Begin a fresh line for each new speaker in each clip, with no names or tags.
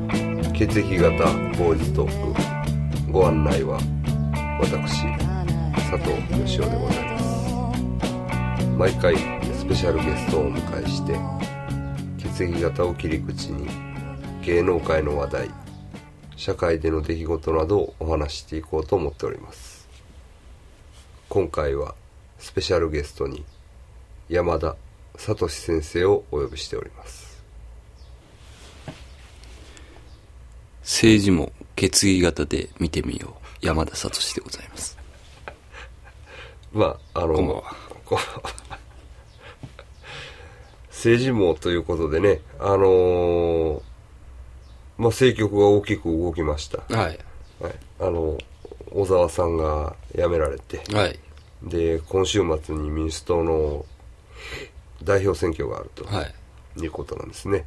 血液型ボーイズトークご案内は私佐藤義雄でございます毎回スペシャルゲストをお迎えして血液型を切り口に芸能界の話題社会での出来事などをお話ししていこうと思っております今回はスペシャルゲストに山田聡先生をお呼びしております
政治も決議型で見てみよう山田聡でございます
まああの
こんばんは
こう政治網ということでねあのーまあ政局が大きく動きました、
はい
はい、あの小沢さんが辞められて
はい
で今週末に民主党の代表選挙があると、
はい
い、うことなんですね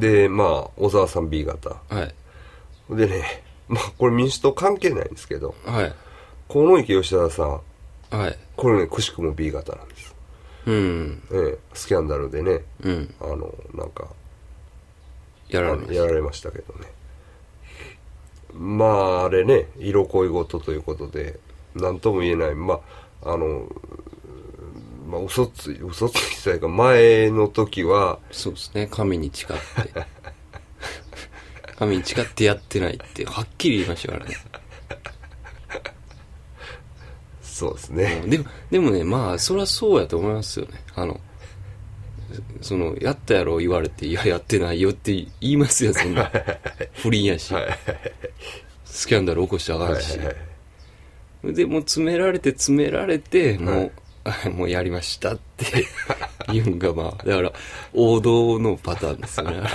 でまあ小沢さん B 型
はい
でね、まあ、これ民主党関係ないんですけど
はい
河野池吉田さん
はい
これねくしくも B 型なんです、
うん
ええ、スキャンダルでね
うん
あのなんか
やられま
あの
し
やられましたけどねまああれね色恋事ということで何とも言えないまああの、まあ、嘘つい嘘つきというか前の時は
たそうですね神に誓って 神に誓ってやってないってはっきり言いましたからね
そうですね、
うんでもでもねまあそりゃそうやと思いますよねあのそのやったやろ言われていややってないよって言いますよそんな不倫やし、
はいはい
スキャンダル起こしたら
は
あ
い
か
は
んし、
いはい
でもう詰められて詰められてもう、
はい
あもう やりましたって 言うんがまあだから王道のパターンですよねあ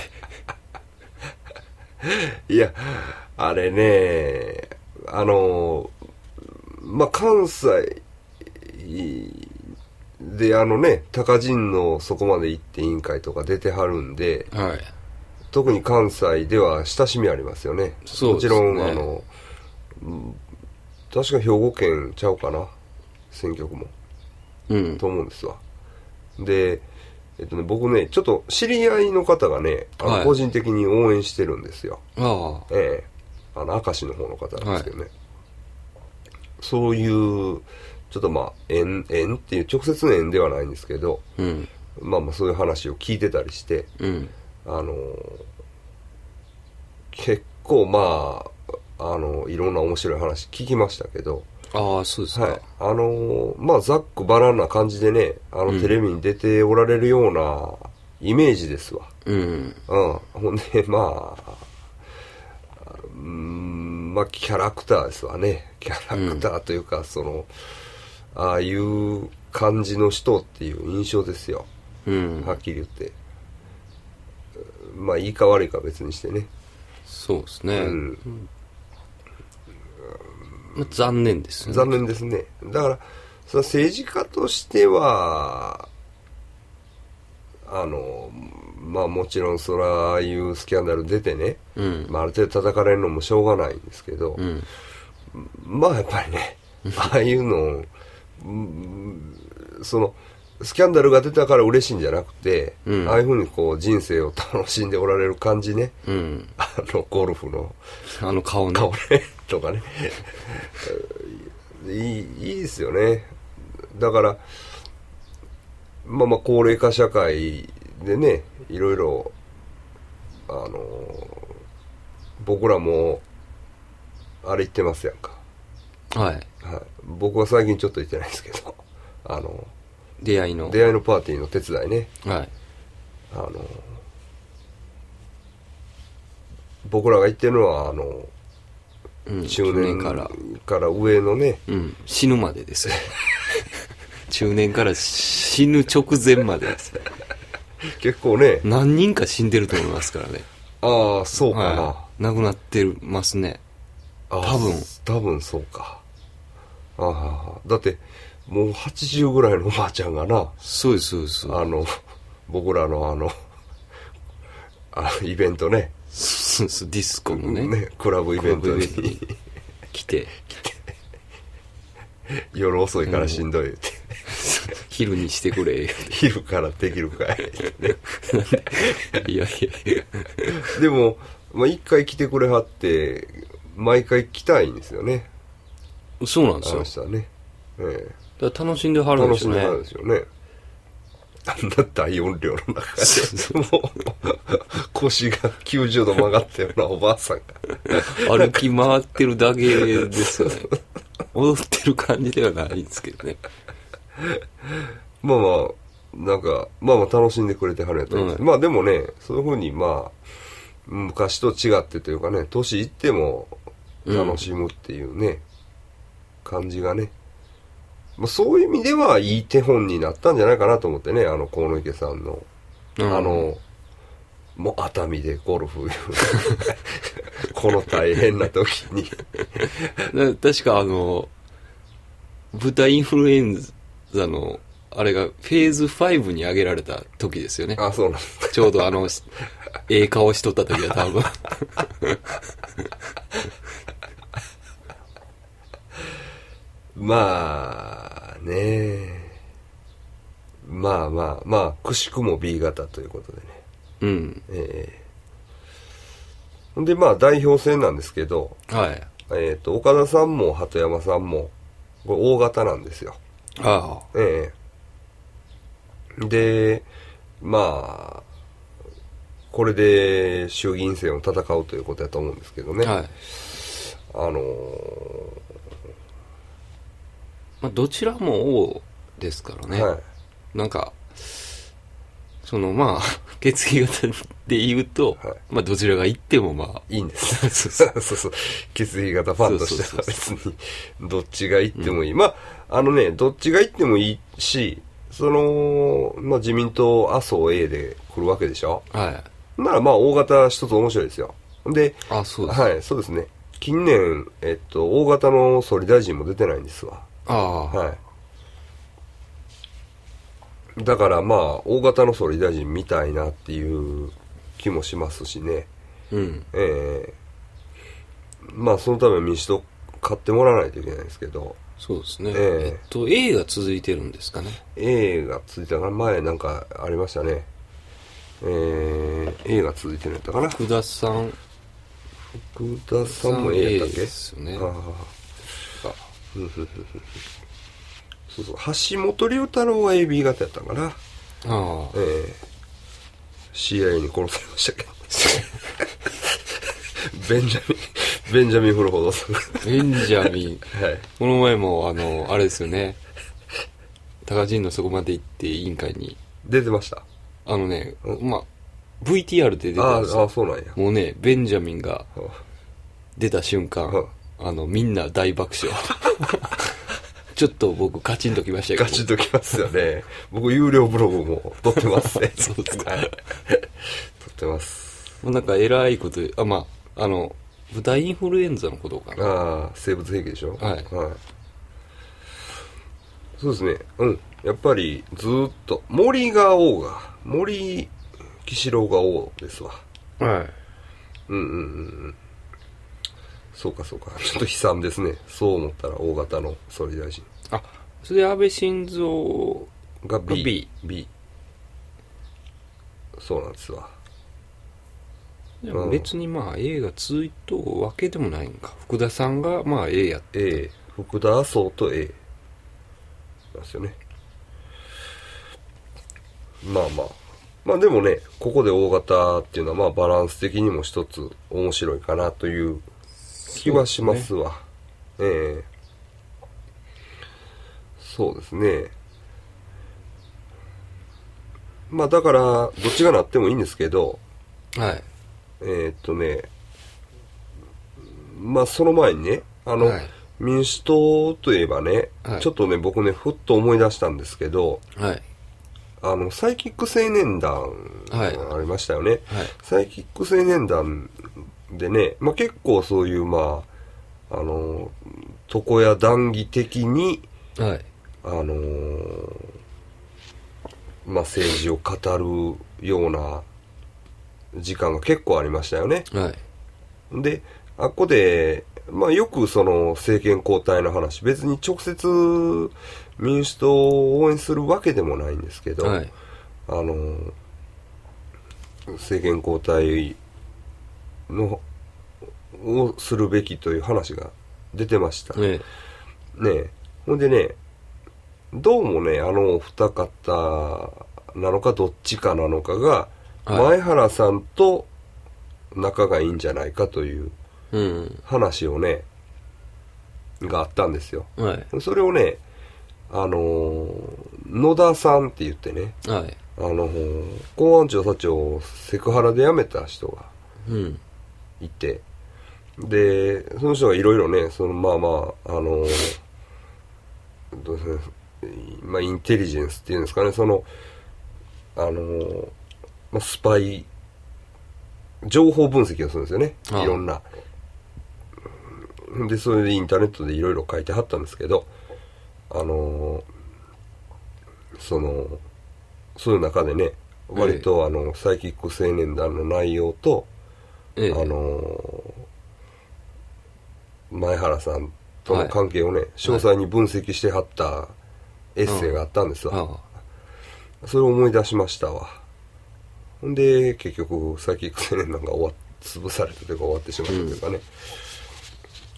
れ
いやあれねあのまあ関西であのね高陣のそこまで行って委員会とか出 てはるんで、
はい
特に関西では親しみありますよね
そうですね
もちろんあの、うん確か兵庫県ちゃうかな選挙区も
うん
と思うんですわで、えっとね、僕ねちょっと知り合いの方がねあの
はい
個人的に応援してるんですよ、
ああ
ええあの明石の方の方なんですけどね、そういうちょっとまあ縁縁っていう直接の縁ではないんですけど
うん
まあまあそういう話を聞いてたりして
うん
あの結構まああのいろんな面白い話聞きましたけど、
ああそうですか、
はい、あのまあざっくばらんな感じでねあの、テレビに出ておられるようなイメージですわ
うん
うんほんで まあうんまあキャラクターですわねキャラクターというか、そのああいう感じの人っていう印象ですよ
うん、
はっきり言ってまあいいか悪いかは別にしてね
そうですね、
うん
まあ、残念ですね
残念ですねだからその政治家としてはあのまあもちろんそらああいうスキャンダル出てね、
うん
まあ、ある程度叩かれるのもしょうがないんですけど、
うん
まあやっぱりねああいうのうんそのスキャンダルが出たから嬉しいんじゃなくて、
うん
ああいうふうにこう人生を楽しんでおられる感じね
うん
あのゴルフの
あの顔ね
倒れ とかねいいいいですよねだからまあまあ高齢化社会でねいろいろあの僕らもあれ行ってますやんか、
はい
はい、僕は最近ちょっと行ってないですけど あの
出会いの
出会いのパーティーの手伝いね
はい
あの僕らが行ってるのはあの
うん
中
中
年
年から
から上のね
うん、死ぬまでです よ中年から死ぬ直前までです
結構ね
何人か死んでると思いますからね。
ああそうかな、
はい。亡くなってますね。
あ
多分
多分そうかああだってもう80ぐらいのおばあちゃんがな
そうです、そうです。
あの僕らのあのあイベントね
そうです、ディスコのね。
クラブイベントに
クラブイベントに来て。
夜遅いからしんどいって、
そ昼にして くれ。
昼からできるかい。
いやいやいや。
でも、まあ、一回来てくれはって、毎回来たいんですよね。
そうなんで
あ
すよ
の。人はね。ええ
だから楽しんではるん
楽
でし
し
ょ
み
うね
な。んですよね。あんな大音量の中で、もう、腰が90度曲がったようなおばあさんが。
歩き回ってるだけですよね。踊ってる感じではないんですけどね。
まあまあ、なんか、まあまあ楽しんでくれてはるんやと思います。
う
まあでもね、そういうふうにまあ、昔と違ってというかね、年いっても楽しむっていうね、感じがね。まあそういう意味ではいい手本になったんじゃないかなと思ってね、あの、河野池さんの、
うん
あの、もう熱海でゴルフ、 この大変な時に、
だ確かあの、豚インフルエンザの、あれがフェーズ5に上げられた時ですよね。
あ、そうなんです
ちょうどあの、ええ顔しとった時は多 分。
まあねまあまあまあくしくも B 型ということでね
うん。
ええほんでまあ代表戦なんですけど、
はい。
えっと岡田さんも鳩山さんもこれ大型なんですよ
あ
ええでまあこれで衆議院選を戦うということだと思うんですけど
あ。
ね、
はい。
あの
まあ、どちらも王ですから
ー
ね。
はい
なんか、そのまあ、 決議型で言うと、
はい
まあどちらが言ってもま
いいんです
あ、そ うそ
そううそう。血液型ファンとしては別に、どっちが行ってもいい。まあ、あのね、どっちが行ってもいいし、その、まあ自民党麻生 A で来るわけでしょ
はい。
ならまあ大型一つ面白いですよ。で、
あ、そうです。
はい、そうですね。近年、えっと、大型の総理大臣も出てないんですわ。
ああ、
はい。だからまあ、大型の総理大臣見たいなっていう気もしますしね。
うん。
ええまあそのため民主党買ってもらわないといけないですけど、
そうですね。
え
え
え
っと、A が続いてるんですかね。
A が続いたから前なんかありましたね。ええ A が続いてるんやったかな。
福田さん、
福田さんも A やったっけ、
ですよね。
ああ。ふんふんふんふんそうそう。橋本龍太郎は AB 型やったかな。
あ
ええ CIA に殺されました けど。ベンジャミン、ベンジャミン古ほどさん。は
あ。ベンジャミン。
い。
この前も、あの、あれですよね。高人のそこまで行って委員会に。
出てました。
あのね、まあ、VTR で出て
あ
た
あ
んです
ー、あー
よ。
そうなんや。
もうね、ベンジャミンが
は
出た瞬間
は、
あの、みんな大爆笑。 ちょっと僕、カチンときましたけど。
ガチンときますよね。僕、有料ブログも撮ってます ね。
そうですか
はい撮ってます。
もうなんか偉いこと、あ、まあ、あの、豚インフルエンザのことかな。
ああ、生物兵器でしょ
はい
そうですね。うん。やっぱり、ずーっと、森が王が、森、岸郎が王ですわ。
はい。
うんうんうんうん。そうかそうか。ちょっと悲惨ですね。そう思ったら、大型の総理大臣
あ、それで安倍晋三、
が B。
B
B。そうなんですわ。
で
う
も
ん
別にまあ A が続いとうわけでもないんか。福田さんがまあ A やっ
A 福田麻生と A なんですよねまあまあまあでもねここで大型っていうのはまあバランス的にも一つ面白いかなという気はしますわええそうですねまあだからどっちがなってもいいんですけど
はい。
えーっとね、まあその前にね、あの、
はい
民主党といえばね、
はい
ちょっとね、僕ね、ふっと思い出したんですけど、
はい。
あの、サイキック青年団
はい
ありましたよね。
はい
サイキック青年団でね、まあ結構そういう、まあ、あの、床屋談義的に、
はい。
あのーまあ政治を語るような時間が結構ありましたよね。
はい。
であっこで、まあよくその政権交代の話、別に直接民主党を応援するわけでもないんですけど、
はい。
あの、政権交代の、をするべきという話が出てました。
え
ねえほんでねどうもねあのお二方なのかどっちかなのかが、
はい
前原さんと仲がいいんじゃないかという
え。うん。
話をねがあったんですよ
はい。
それをねあのー野田さんって言ってね
はい。
あのー公安調査庁をセクハラで辞めた人が
うん。
いてでその人がいろいろねそのまあまああのどうですねまあインテリジェンスっていうんですかねそのあの、まあ、スパイ情報分析をするんですよね
ああ
いろんなでそれでインターネットでいろいろ書いてはったんですけどあのそのそういう中でね割とあのサイキック青年団の内容と、
ええ。
あのー前原さんとの関係をね、詳細に分析してはったエッセイがあったんですわ、
あ
それを思い出しましたわほんで結局サイキック青年なんか終わっ潰されたというか終わってしまったというかね、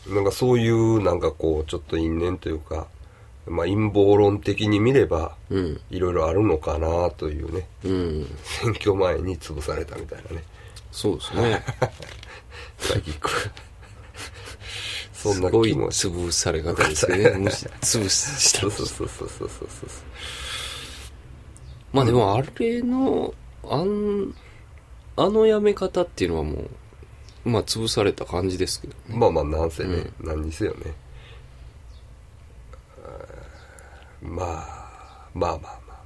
なんかそういうなんかこうちょっと因縁というか、まあ、陰謀論的に見れば
あ。うん。
いろいろあるのかなというね
うん。
選挙前に潰されたみたいなね
そうですね。
サイキック そ
す
んな
ごい
気もし
潰され方で すけどね。むし潰した
そう。そうそうそうそうそうそう
まあでもあれの、あん、あのやめ方っていうのはもう、まあ潰された感じですけど。
まあまあなんせね、
う
何にせよねあーまあまあまあまあまあ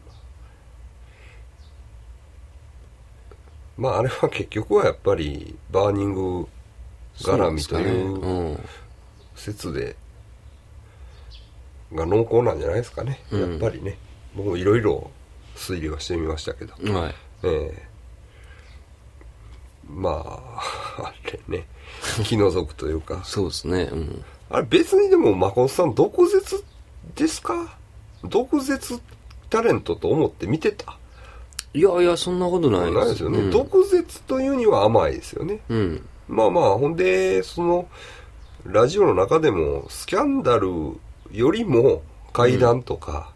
まああれは結局はやっぱりバーニング絡みと
そう
いう
なんです
説でが濃厚なんじゃないですかね、
うん
やっぱりね僕もいろいろ推理はしてみましたけど
かね。うん。はい。
ええまあ あれね気の毒というか
そうですね。うん。
あれ別にでも誠さん毒舌ですか毒舌タレントと思って見てた
いやいや、そんなことない
ないですよね、
うん
毒舌というには甘いですよね
うん。
まあまあほんでそのラジオの中でもスキャンダルよりも怪談とか、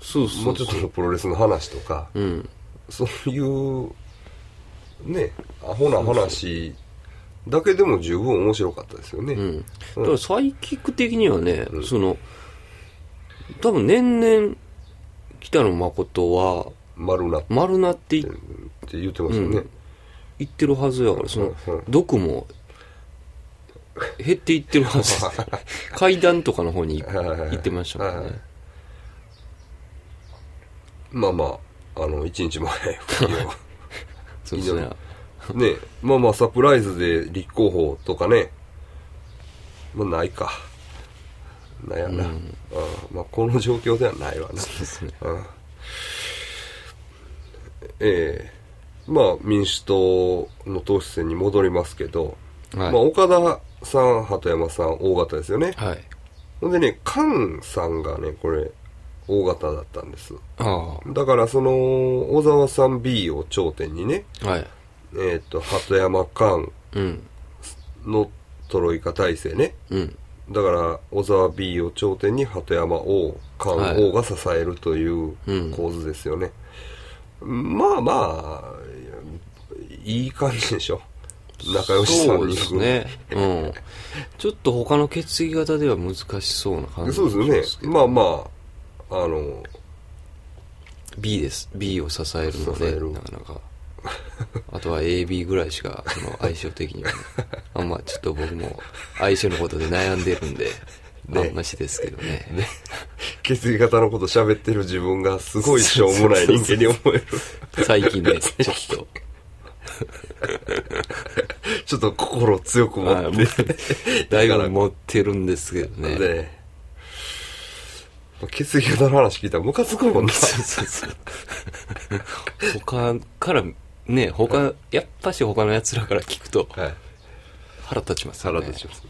そうそうそう。
もうちょっとのプロレスの話とか
うん。
そういう、ね、アホな話だけでも十分面白かったですよね。
うん。だ
うん
からサイキック的にはね、
うん
その、多分年々、北野誠は
丸なって
丸なっていっ
って言ってますよね。
うんいってるはずやから、その
うんうん、
毒も減っていってるはず。 階段とかの方に
はいはいはい
行ってましたから
はいは
ね
い。まあまあ、あの、一日前、復帰
そうです
いい
ね
な。を ね、まあまあ、サプライズで立候補とかね、まあないか。なんやな。
うん
うんまあ、この状況ではないわな。
そうですね。
うんええまあ民主党の党首選に戻りますけど、
は
ま
い
あ、岡田さん、鳩山さん、大型ですよね。
はい。
ほんでね、菅さんがね、これ、大型だったんです。
あ
だからその、小沢さん B を頂点にね、
あ。はい。
えっ、と、鳩山菅
うん。
のトロイカ体制ね。
うん。
だから、小沢 B を頂点に鳩山 O、菅
はい
O が支えるという
うん
構図ですよね。まあまあ、いい感じでしょ。仲良し
そ
3
うで
人
す
組。
ね。うん。ちょっと他の血液型では難しそうな感じ
そうですね。まあまあ、あの、
B です。B を支えるの
支え
で、
る
なかなか。 あとは AB ぐらいしか、その相性的には ね、あんまちょっと僕も相性のことで悩んでるんで、
ね
あんましですけどね。
血液型のこと喋ってる自分がすごいしょうもない人間に思える。
最 近ね、ちょっと。
ちょっと心を強く持
まあ
っ
もう
て。
だいぶ持ってるんですけどね。
で、まあ血液型の話聞いたらムカつくもんな。
そうそうそう。他から、ね、他、やっぱし他の奴らから聞くと、
はい。
腹立ちますよ
腹
ね。
立ちます、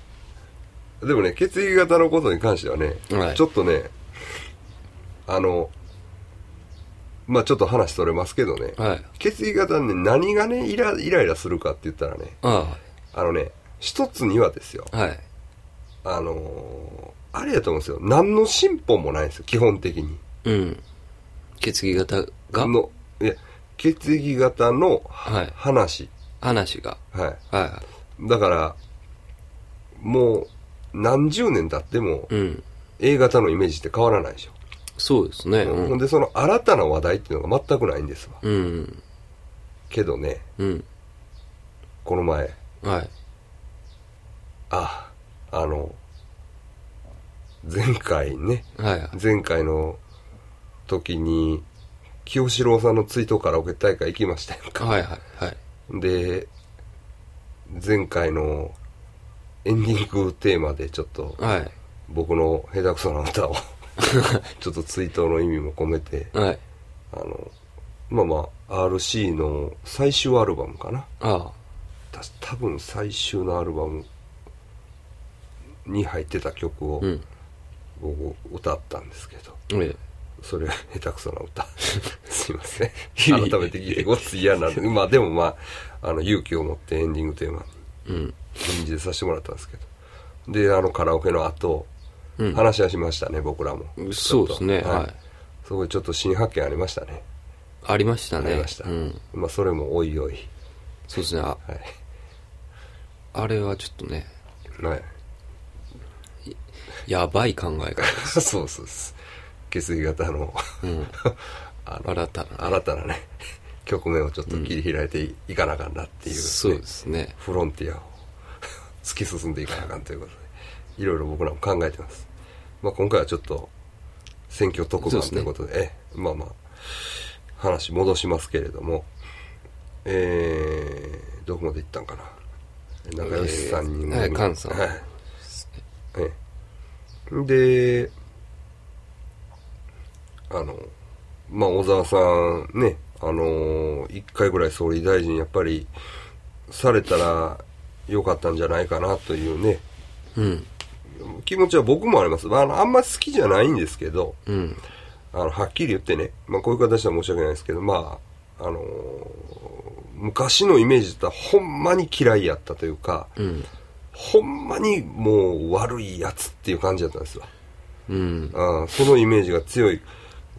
でもね血液型のことに関してはね、
はい
ちょっとねあのまあちょっと話それますけどね、
はい。
血液型ね何がねイライライラするかって言ったらね
あ
あのね一つにはですよ
あ、はい。
あのーあれやと思うんですよ何の進歩もないんですよ基本的に
うん。血液型が、
のいや血液型の、
はい
話
話が。
は
はい
だからもう何十年経っても
い。うん。
A 型のイメージって変わらないでしょ
そうですね。う
ほん
ん。
でその新たな話題っていうのが全くないんですわ
うん。
けどね
うん。
この前
はい。
ああの前回ね
はいはい。
前回の時に清志郎さんの追悼カラオケ大会行きましたやんか
はいはい。はい。
で前回のエンディングテーマでちょっと
はい。
僕の下手くそな歌 をちょっと追悼の意味も込めて
はい。
あのまあまあ RC の最終アルバムかな
ああ。
た多分最終のアルバムに入ってた曲を
うん。
僕歌ったんですけど、
え
それ下手くそな 歌すいません改めて聞いてごっつい嫌なんでまあでもまああの勇気を持ってエンディングテーマ
え。うん。
に演じさせてもらったんですけどであのカラオケの後、
うん
話はしましたね僕らも
そうですね
ちょっと
はい
すごいちょっと新発見ありましたね
ありましたね。
ありました、
うん。
まあそれもおいおい
そうですね。あ
は
あれはちょっとね、
い、はい、
やばい考え方。
そうそうです血液型の
うん。
あの
新たな。
新たなね局面をちょっと切り開いてい,、かなあかんなっていうね、
そうですね。
フロンティアを突き進んでいかなあかんということでいろいろ僕らも考えてます、まあ、今回はちょっと選挙特番
そうです
と
ね
いうことでええまあまあ話戻しますけれどもえー、どこまで行ったんかな中吉さんに
えーはい菅さん
はいええであのまあ小沢さんねあの1回ぐらい総理大臣やっぱりされたらよかったんじゃないかなというね
うん。
気持ちは僕もありますあのあんま好きじゃないんですけど
うん。
あのはっきり言ってね、まあ、こういう形は申し訳ないですけどまああの昔のイメージだったらほんまに嫌いやったというか、
うん。
ほんまにもう悪いやつっていう感じだったんですよ
うん。
あーそのイメージが強い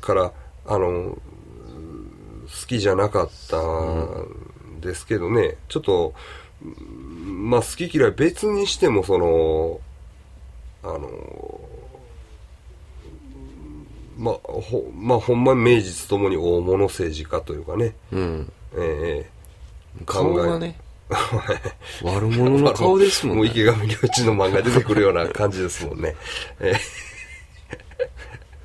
からあのうー好きじゃなかったんですけどね、ちょっとうーんまあ好き嫌い別にしてもそのあのまあほ,、まあ、ほんまに名実ともに大物政治家というかね、
うん。
ええ
顔がね、悪 者の顔ですもん
う
ね。
池上良一の漫画出てくるような感じですもんね。えー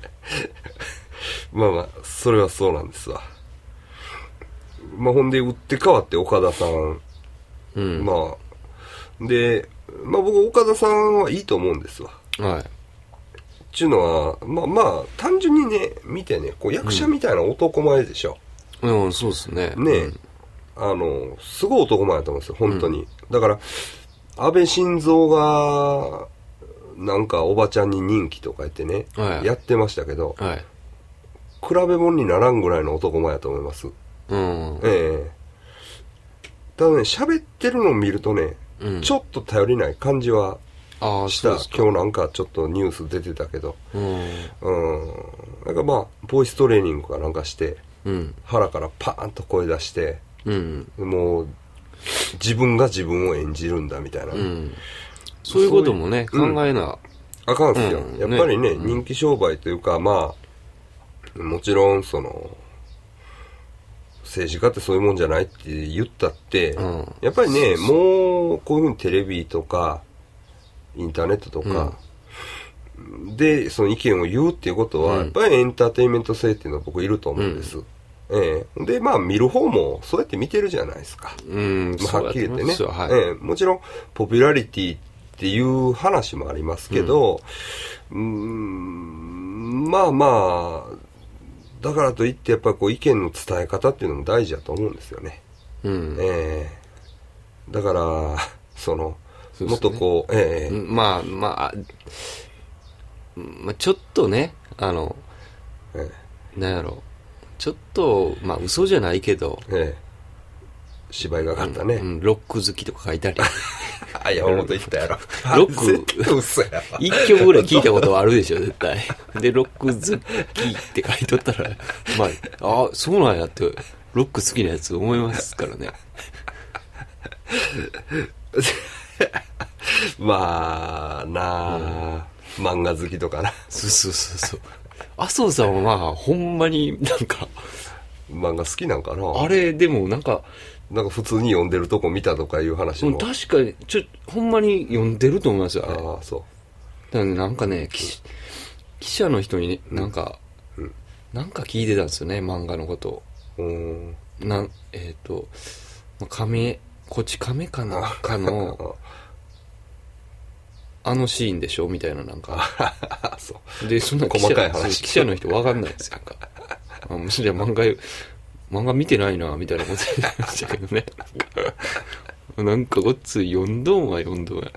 まあまあ、それはそうなんですわ。まあほんで、売って変わって岡田さん。
うん。
まあ、で、まあ僕岡田さんはいいと思うんですわ。
はい。
ちゅうのは、まあまあ、単純にね、見てね、こう役者みたいな男前でしょ。
うん、そうですね。
ねえ、あの、すごい男前だと思うんですよ、本当に。だから、安倍晋三が、なんかおばちゃんに人気とか言ってね、
はい
やってましたけど、
うん。はい。
比べ物にならんぐらいの男前だと思います。
うん。
ええただね、喋ってるのを見るとね、
うん
ちょっと頼りない感じは
ああ、
し
そう
た
です。か。
今日なんかちょっとニュース出てたけど、
うん。
うん。なんかまあ、ボイストレーニングかなんかして、
うん。
腹からパーンと声出して、
うん。
もう自分が自分を演じるんだみたいな、
うん。そういうこともね、
そういう
考えな。
あかんっすよ、
うん
やっぱりね
ねうん
人気商売というかまあもちろんその政治家ってそういうもんじゃないって言ったって、
うん
やっぱりねもうこういうふうにテレビとかインターネットとか、でその意見を言うっていうことは、
うん
やっぱりエンターテインメント性っていうのは僕いると思うんです、ええでまあ見る方もそうやって見てるじゃないですか、
うん。
まあ、はっきり言ってね、
そうや思いますよ
ええもちろんポピュラリティっていう話もありますけど、うーん、まあまあだからといってやっぱりこう意見の伝え方っていうのも大事だと思うんですよね、
はい。うん。
ええだからその
そう
も
で
っ
す
と
ね
こう、ええ
うんまあまああ、うんまあ、ちょっとね、あの、
え
なんやろう、ちょっと、まあ嘘じゃないけど、
えええ芝居がかったね。
うん、ロック好きとか書いたり、
あ、山本言ったやろ。
ロック
絶対嘘やわ。
一曲ぐらい聞いたことはあるでしょ、絶 対。で、ロック好きって書いとったら、まあ、あ、そうなんやって、ロック好きなやつ思いますからね。
まあなあ、漫画好きとかな。
そうそうそうそう。麻生さんはまあ、ほんまになんか、
漫画好きなんかな
あれでもなんか、
なんか普通に読んでるとこ見たとかいう話
うん
も。
確かに、ちょ、ほんまに読んでると思いますよ、あれ。
ああ、そ
だからねなんかね、記記者の人にね、なんか、なんか聞いてたんですよね、漫画のことを。
う。うん。
なん、えっ、と、まあ亀、こっち亀かな
あ
かの、あのシーンでしょみたいな、なんか。
あそう。
で、そんな記者
細かい話
そう記者の人わかんないですよ、なんか。あむしろ漫画よ、漫画見てないな、みたいなこと言ってました けどね。なんかごっつい読んどんは読んどんや。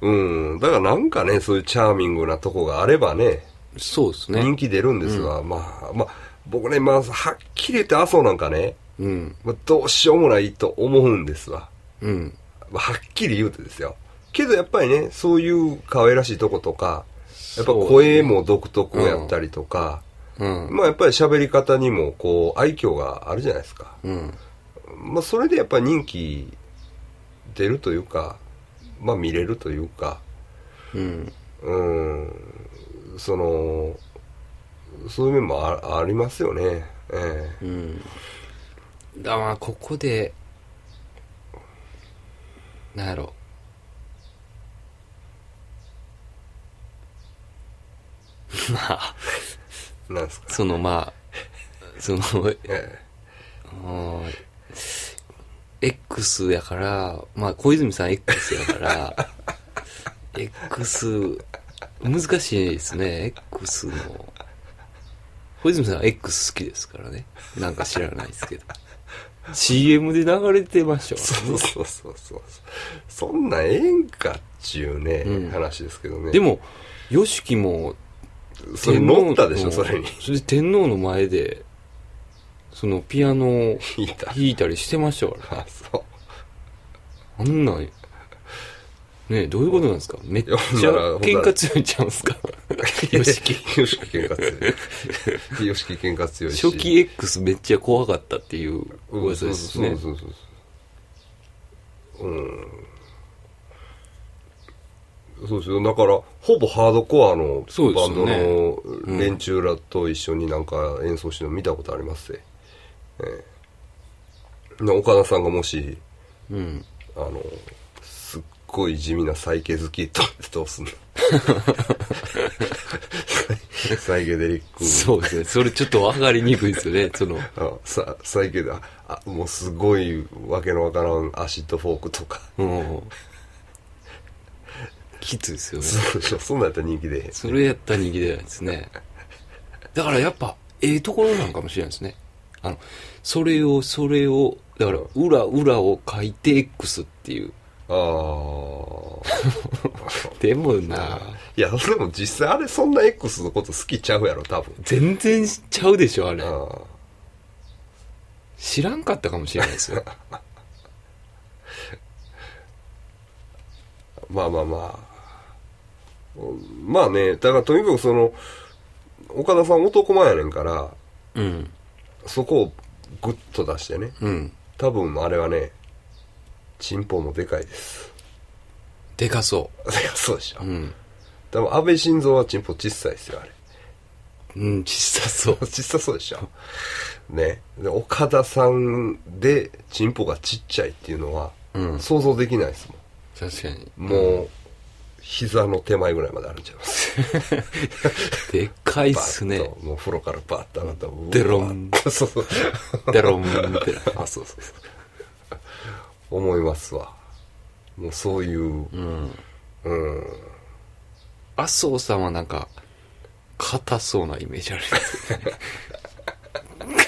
うん。だからなんかね、そういうチャーミングなとこがあればね、
そうです
人
ね。
気出るんですが、まあ、まあ、僕ね、まあ、はっきり言って麻生なんかね、
うん。
まあ、どうしようもないと思うんですわ。
うん。
まあ、はっきり言うてですよ。けどやっぱりね、そういう可愛らしいとことか、やっぱ声も独特やったりとか、
うん。
まあやっぱり喋り方にもこう愛嬌があるじゃないですか。
うん。
まあそれでやっぱり人気出るというか、まあ見れるというか、
うん。
うん、その、そういう面もあありますよね。ええ
うん。だまあ、ここで、なんやろ。まあ、
なんですか。
そのまあ、その、
え
もう X やから、まあ、小泉さん X やから、X、難しいですね、X の。小泉さんは X 好きですからね。なんか知らないですけど。CM で流れてまし
え
たわ
そうそうそうそう。そんなんええんかっちゅうね、
うん
話ですけどね。
で、も、ヨシキも
それ乗ったでしょ、それに。
それで天皇の前で、そのピアノを
聞いた。
弾いたりしてましたからね
あ、そう。
あんなん、ねえ、どういうことなんですかめっちゃ
いやほんなら
喧嘩強いんちゃうんですか
よしき。よしき喧嘩強い。よしき喧嘩強いし。
初期 X めっちゃ怖かったっていう
うん
噂
そう
です
そう
ね。
そうそうそううんそうですよだからほぼハードコアの
そうで
バ
す
ン
よね
ド
う
の
ん
連中らと一緒になんか演奏してるの見たことありますぜ、ええで岡田さんがもし
うん。
あのすっごい地味な再ケ好きとどうすんの サイケデリック
そうですね。それちょっと分かりにくいですよね。その、
あさ最近だあもうすごいわけのわからんアシッドフォークとか
うん。きついですよね。
そうでしょそんなんやったら人気で
それやったら人気出ないですね。だからやっぱ、ええところなんかもしれないですね。あの、それを、それを、だから、裏、裏を書いて X っていう。
ああ
でもな、
いやでも実際あれそんな X のこと好きちゃうやろ多分
全然ちゃうでしょ、あれ。
あ
知らんかったかもしれないですよ。
あまあまあまあうんまあねだからとにかくその岡田さん男前やねんから
うん。
そこをグッと出してね
うん。
多分あれはねチンポもでかいです
でかそ
そうでしょ
う。うん。
多分安倍晋三はチンポ小さいですよあれ
うん、小さそう。
小さそうでしょねで岡田さんでチンポがちっちゃいっていうのは
うん
想像できないですも
確かに。
ん、もう膝の手前ぐらいまであるんちゃいます
でっかいっ
バ
す
ッ
ね
と。もう風呂からバッと上がったらうわ
デロン
そうそう
だろ、みたいな。
あそうそうそう思いますわもうそういう
うん。
うん、
麻生さんはなんか、硬そうなイメージありますよね。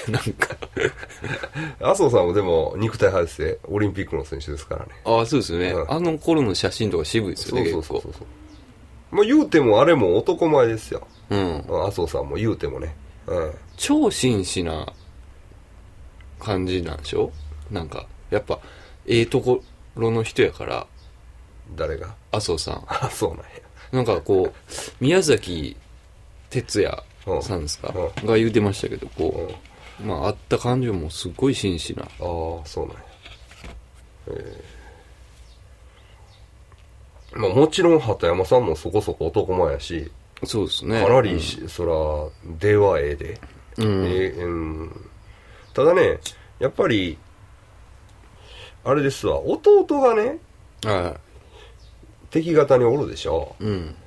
なんか、
麻生さんもでも肉体派ですねオリンピックの選手ですからね
ああ、そうですよね
う。ん
あの頃の写真とか渋いです
そ
よ
う
ね、
そ
結
うそう
構
そ。うまあ言うてもあれも男前ですよ
うん。
うん麻生さんも言うてもねうん
超紳士な感じなんでしょなんか、やっぱ、ええところの人やから、
誰が
麻生さん。
あそうなんや
なんかこう、宮崎哲也さんですか、
う
が言うてましたけど、
うん
こう、まあ、あった感じもすっごい真摯な。
ああそうなんやえーまあ、もちろん鳩山さんもそこそこ男前やし
そうですね。
かなりし、そら出はええで、
うん。うん
えーうんただねやっぱりあれですわ弟がね
は
敵方におるでしょ
い。うん。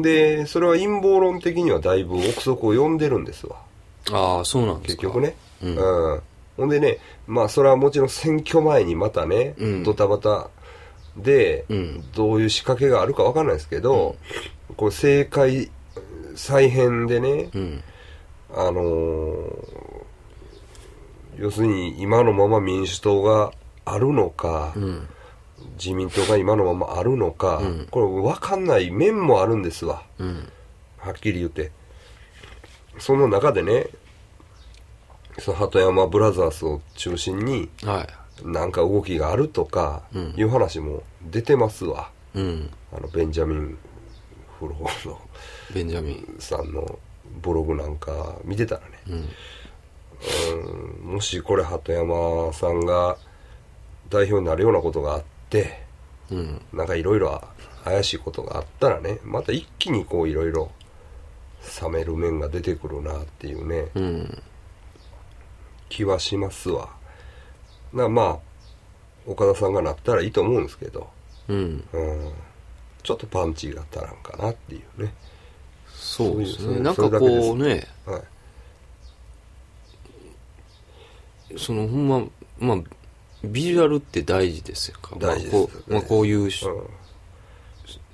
でそれは陰謀論的にはだいぶ憶測を呼んでるんですわ
ああ、そうなんです
結
か。
局。ね
う
うんん、ほんでねまあそれはもちろん選挙前にまたね、
うん
ドタバタで、
うん
どういう仕掛けがあるかわかんないですけど、こう政界再編でね、
うん。
あのー要するに今のまま民主党があるのか、
うん。
自民党が今のままあるのか、
うん
これ分かんない面もあるんですわ
うん。
はっきり言ってその中でねその鳩山ブラザーズを中心に
は
なんか動きがあるとか
うん
いう話も出てますわ、
い。うん。
あのベンジャミン・フルホーの
ベンジャミン。
さんのブログなんか見てたらね、
うん。
うんもしこれ鳩山さんが代表になるようなことがあって
うん。
なんかいろいろ怪しいことがあったらねまた一気にこういろいろ冷める面が出てくるなっていうね
うん。
気はしますわなまあ岡田さんがなったらいいと思うんですけど、
うん。
うん、ちょっとパンチが足らんかなっていうね、
そうです
そうい
ね。
う
なん
そ
か
れだけです
こうね、
はい、
そのほんま、まあ、ビジュアルって大事ですよ。
大事です
まあこうまあ、こういうし
う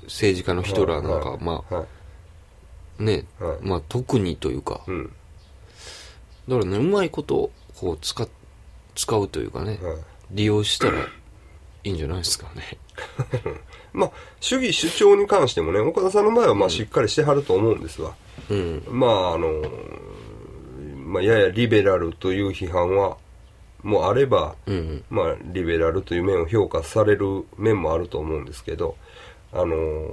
政治家の
ん
人らなんか、
はい
ま
はい
あ、ね、
はい
まあ、特にというか、
うん
だからね、うまいことをこう使っ、使うというかね、
はい
利用したらいいんじゃないですかね。
まあ、主義主張に関してもね、岡田さんの場合はまあしっかりしてはると思うんですわ。
うん。
まあ、あの、まあ、ややリベラルという批判は、もあれば、
うん。
まあ、リベラルという面を評価される面もあると思うんですけど、あの、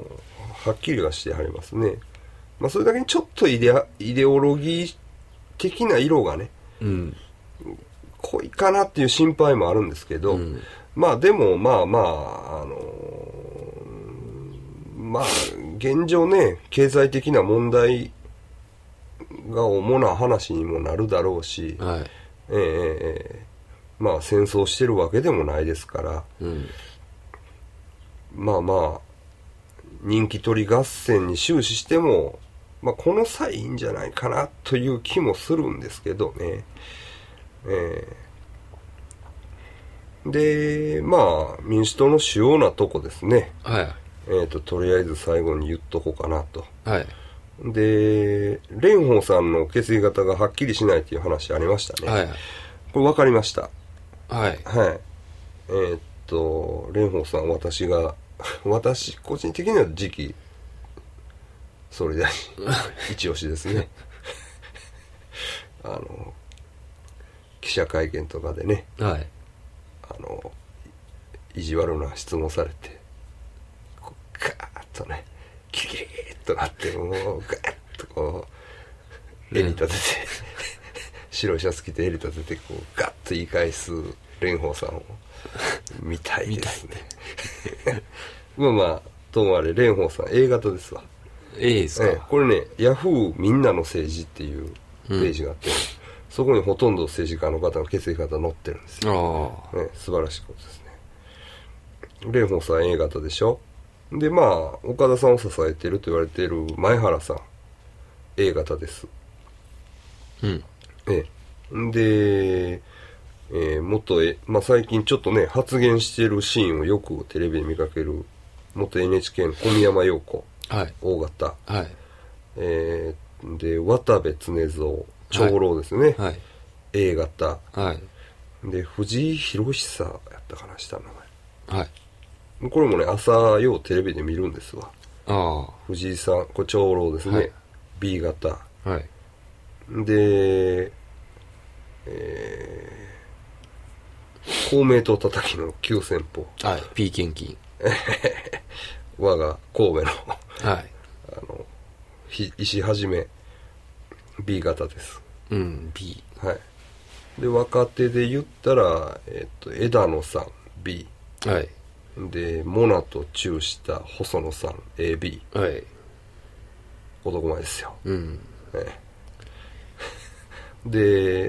はっきりはしてはりますね。まあ、それだけにちょっとイデアイデオロギー的な色がね、
うん。
濃いかなっていう心配もあるんですけど、
うん
まあでもまあまああのーまあ現状ね経済的な問題が主な話にもなるだろうし、
はい。
ええええええまあ戦争してるわけでもないですから
うん。
まあまあ人気取り合戦に終始しても、まあ、この際いいんじゃないかなという気もするんですけどね。ええで、まあ、民主党の主要なとこですね。
は
えっ、と、とりあえず最後に言っとこうかなと。
い。はい。
で、蓮舫さんの決意型がはっきりしないという話ありましたね。
はい。
これ分かりました。
はい。
はい。えーっと、蓮舫さん、私が、 私、個人的には次期、総理大臣、一押しですね。あの、記者会見とかでね、
はい。
あの、意地悪な質問されて、こうガーッとね、キリキリッとなって、もう、ガーッとこう、襟立てて、白いシャツ着て襟立てて、こう、ガッと言い返す蓮舫さんを見たいですね。 まあまあ、ともあれ、蓮舫さん、A 型ですわ。
ええです
ええ
か。
これね、ヤフーみんなの政治っていうページがあって、そこにほとんど政治家の方の血液型載ってるんですよ。
ああ。
ね、素晴らしいことですね。蓮舫さん A 型でしょで、まあ、岡田さんを支えてると言われている前原さん、A 型です。
う
え
ん。
え。で、えー元、えまあ、最近ちょっとね、発言してるシーンをよくテレビで見かける、元 NHK の小宮山陽子、
はい。
O 型、
はい。
えーで、渡部常蔵、長老ですね、
はい。
A 型
はい。
で藤井博久やったかな下の名
はい。
前これもね朝ようテレビで見るんですわ
あ
藤井さんこれ長老ですね、
はい
B 型
あ。はい。
で、えー、公明党叩きの急先鋒
はい。P 献金。
我が神戸の
はい。
あのひ石はじめ B 型です
うん、B。
はいで若手で言ったら、えっと枝野さん B
はい。
でモナとチューした細野さん AB
はい。
男前ですよ、
うん。
ええで、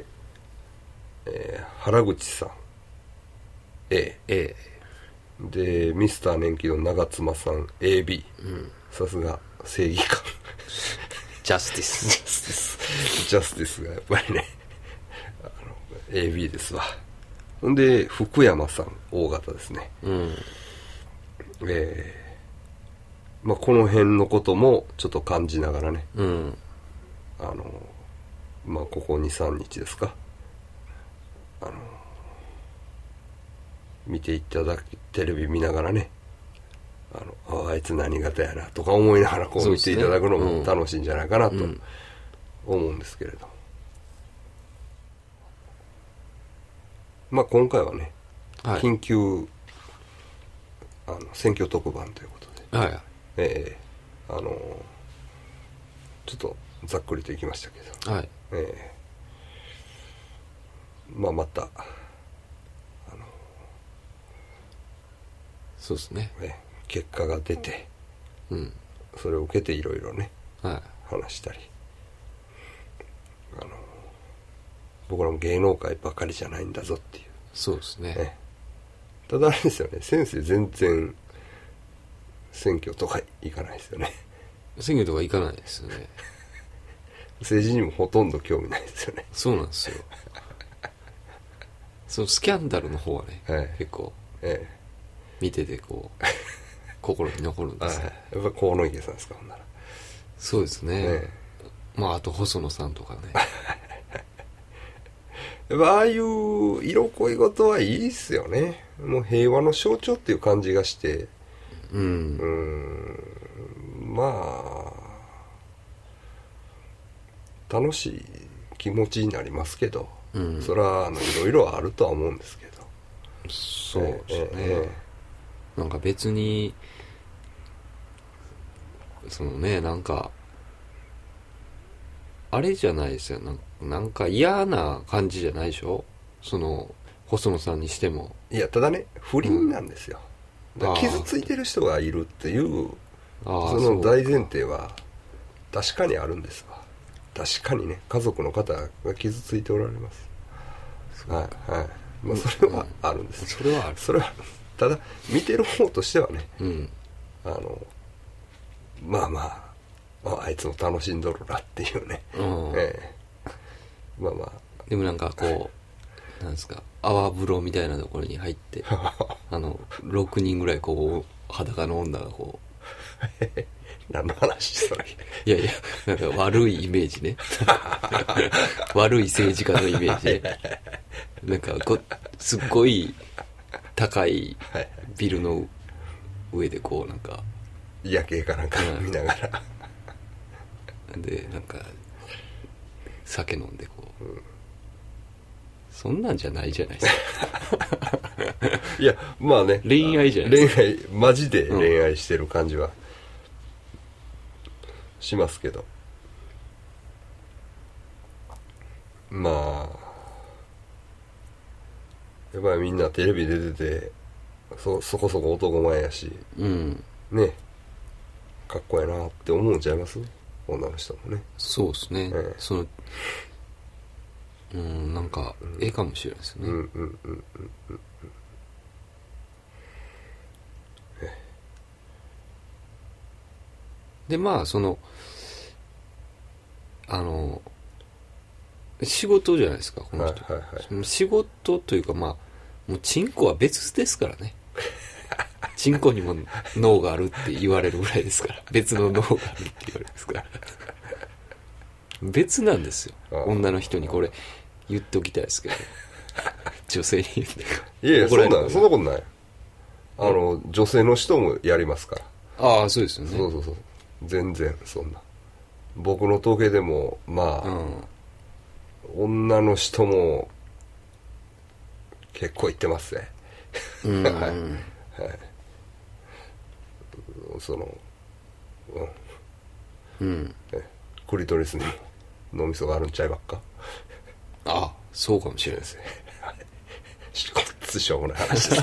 えー原口さん A
A。
でミスター年季の長妻さん AB さすが正義感
ジャスティス。
ジャスティスがやっぱりねあの AB ですわほんで福山さん O 型ですね
うん。
えーまあ、この辺のこともちょっと感じながらね
うん。
あのまあここ23日ですかあの見ていただきテレビ見ながらねあのああいつ何型やなとか思いながらこう
そう
見
です
て
ね
いただくの
う
も
ん
楽しいんじゃないかなと
うん
思うんですけれど、まあ今回はね
はい。
緊急、あの選挙特番ということで
は
ええあのちょっとざっくりといきましたけど
い。はい。
ええまあまた、
そうですね。
ね、結果が出て
うん。
それを受けていろいろね
は
話したりあの僕らも芸能界ばかりじゃないんだぞってい
い。そうですね。
う、ね、ただあれですよね先生全然選挙とか行かないですよね
選挙とか行かないですよね。
政治にもほとんど興味ないですよね
そうなん ですよ。そのスキャンダルの方はね、
はい
結構
え
見ててこ う、心に残るん
え
ですね。
やっぱ河野家さんですかほんなら、
そうですね。
ええ
まあ、あと細野さんとかね。
やっぱああいう色恋事はいいっすよねもう平和の象徴っていう感じがして
うん。
うーんまあ楽しい気持ちになりますけど、
うん
それはあのいろいろあるとは思うんですけど
そうですね。
えええ
なんか別に、そのね、なんか、あれじゃないですよ。なんなんか嫌な感じじゃないでしょその、細野さんにしても。
えいやただね不倫なんですよ、
ん
だから
あ
傷
あ
ついてる人がいるっていう
ああ、
その大前提は確かにあるんですわ確かにね家族の方が傷ついておられますはいはい、まあ、それはあるんです、
それはある。
それはただ見てる方としてはね
うん。
あのまあまあ、まあ、あいつも楽しんどるなっていうね、
うん
ええまあま
でもなんかこう、なんですか、泡風呂みたいなところに入 って、
あ
あの、6人ぐらいこう、裸の女がこ
何の話それ
う、いやいや、なんか悪いイメージ ね。悪い政治家のイメージね。なんかこう、すっごい高いビルの上でこう、なんか、
夜景かなんか
うん
見ながら、
で、なんか、酒飲んでこう、そんなんじゃないじゃないですか。
いやまあね
恋愛じゃない
恋愛マジで恋愛してる感じはしますけど、まあやっぱりみんなテレビ出ててそそこそこ男前やし
うん。
ねかっこええなって思うんちゃいます女の人もね
そうです
え
ね、
え
そのうんなんかええかもしれないですね、
うんうんうんうんうん
でまあそのあの仕事じゃないですかこの
はい
人、
はいはい
仕事というかまあもうチンコは別ですか らねチンコにも脳があるって言われるぐらいですから別の脳があるって言われますから別なんですよ
ああ
女の人にこれ言っておきたいですけど。女性に言って
いやいやそ
怒
ん
られる
なそんなことないあの女性の人もやりますから
ああ、そうですよね。
そうそうそう全然そんな僕の統計でもま
う
あ、
ん。
女の人も結構行ってますね
うん、
はいその、うん、
うん。
ねクリトリスに脳みそがあるんちゃいばっか
ああ、そうかもしれないですね。
し こっつしょうもない話です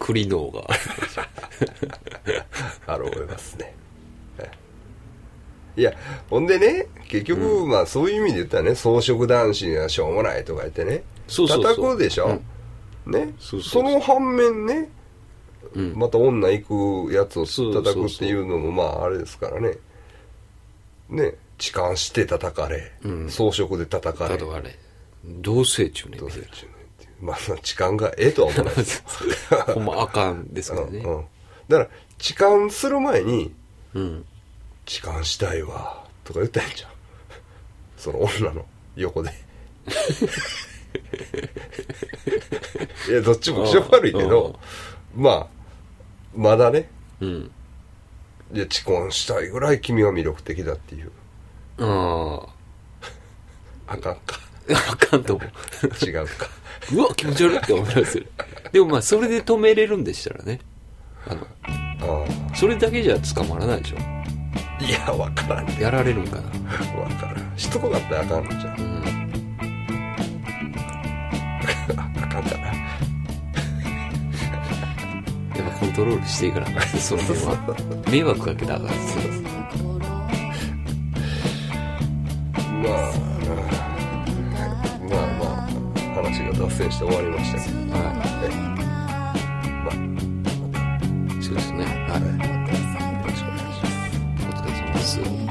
栗のが。
ある思いますねはいいやほんでね結局、まあそういう意味で言ったらね草食男子にはしょうもないとか言ってね
そうそうそう
叩くでしょ、ね
そうそうそう
の反面ね
うん。
また女行くやつを
そう
叩くっていうのもまああれですからねね痴漢して叩かれ、装飾で叩かれ
あとあれ、同性中ね
ど。うせ中年っていうまあその痴漢がええとは思わないです
ほんまあかん ですからね
う。んうんだから痴漢する前に
うん。
「痴漢したいわ」とか言ったんじゃんその女の横でいやどっちも気色悪いけどまあまだね
うん。
いや痴漢したいぐらい君は魅力的だっていう
あ
あかんか
あ。あかんと思う。
違うか
うわ、気持ち悪いって思いますよ。でもまあ、それで止めれるんでしたらね。あの、
ああ
それだけじゃ捕まらないでしょ。
いやわからんね
やられるんかな。
わからんしつこかったらあかんのじゃん
うん。
あかんだな
やっぱコントロールしていかなあかんです その辺は。迷惑かけたらあかんですよ
まあ、うんまあまあ話が脱線して終わりましたけど、
は
まあ、
い。そうですね。はい。
よろしくお願いします。
お疲れ様です。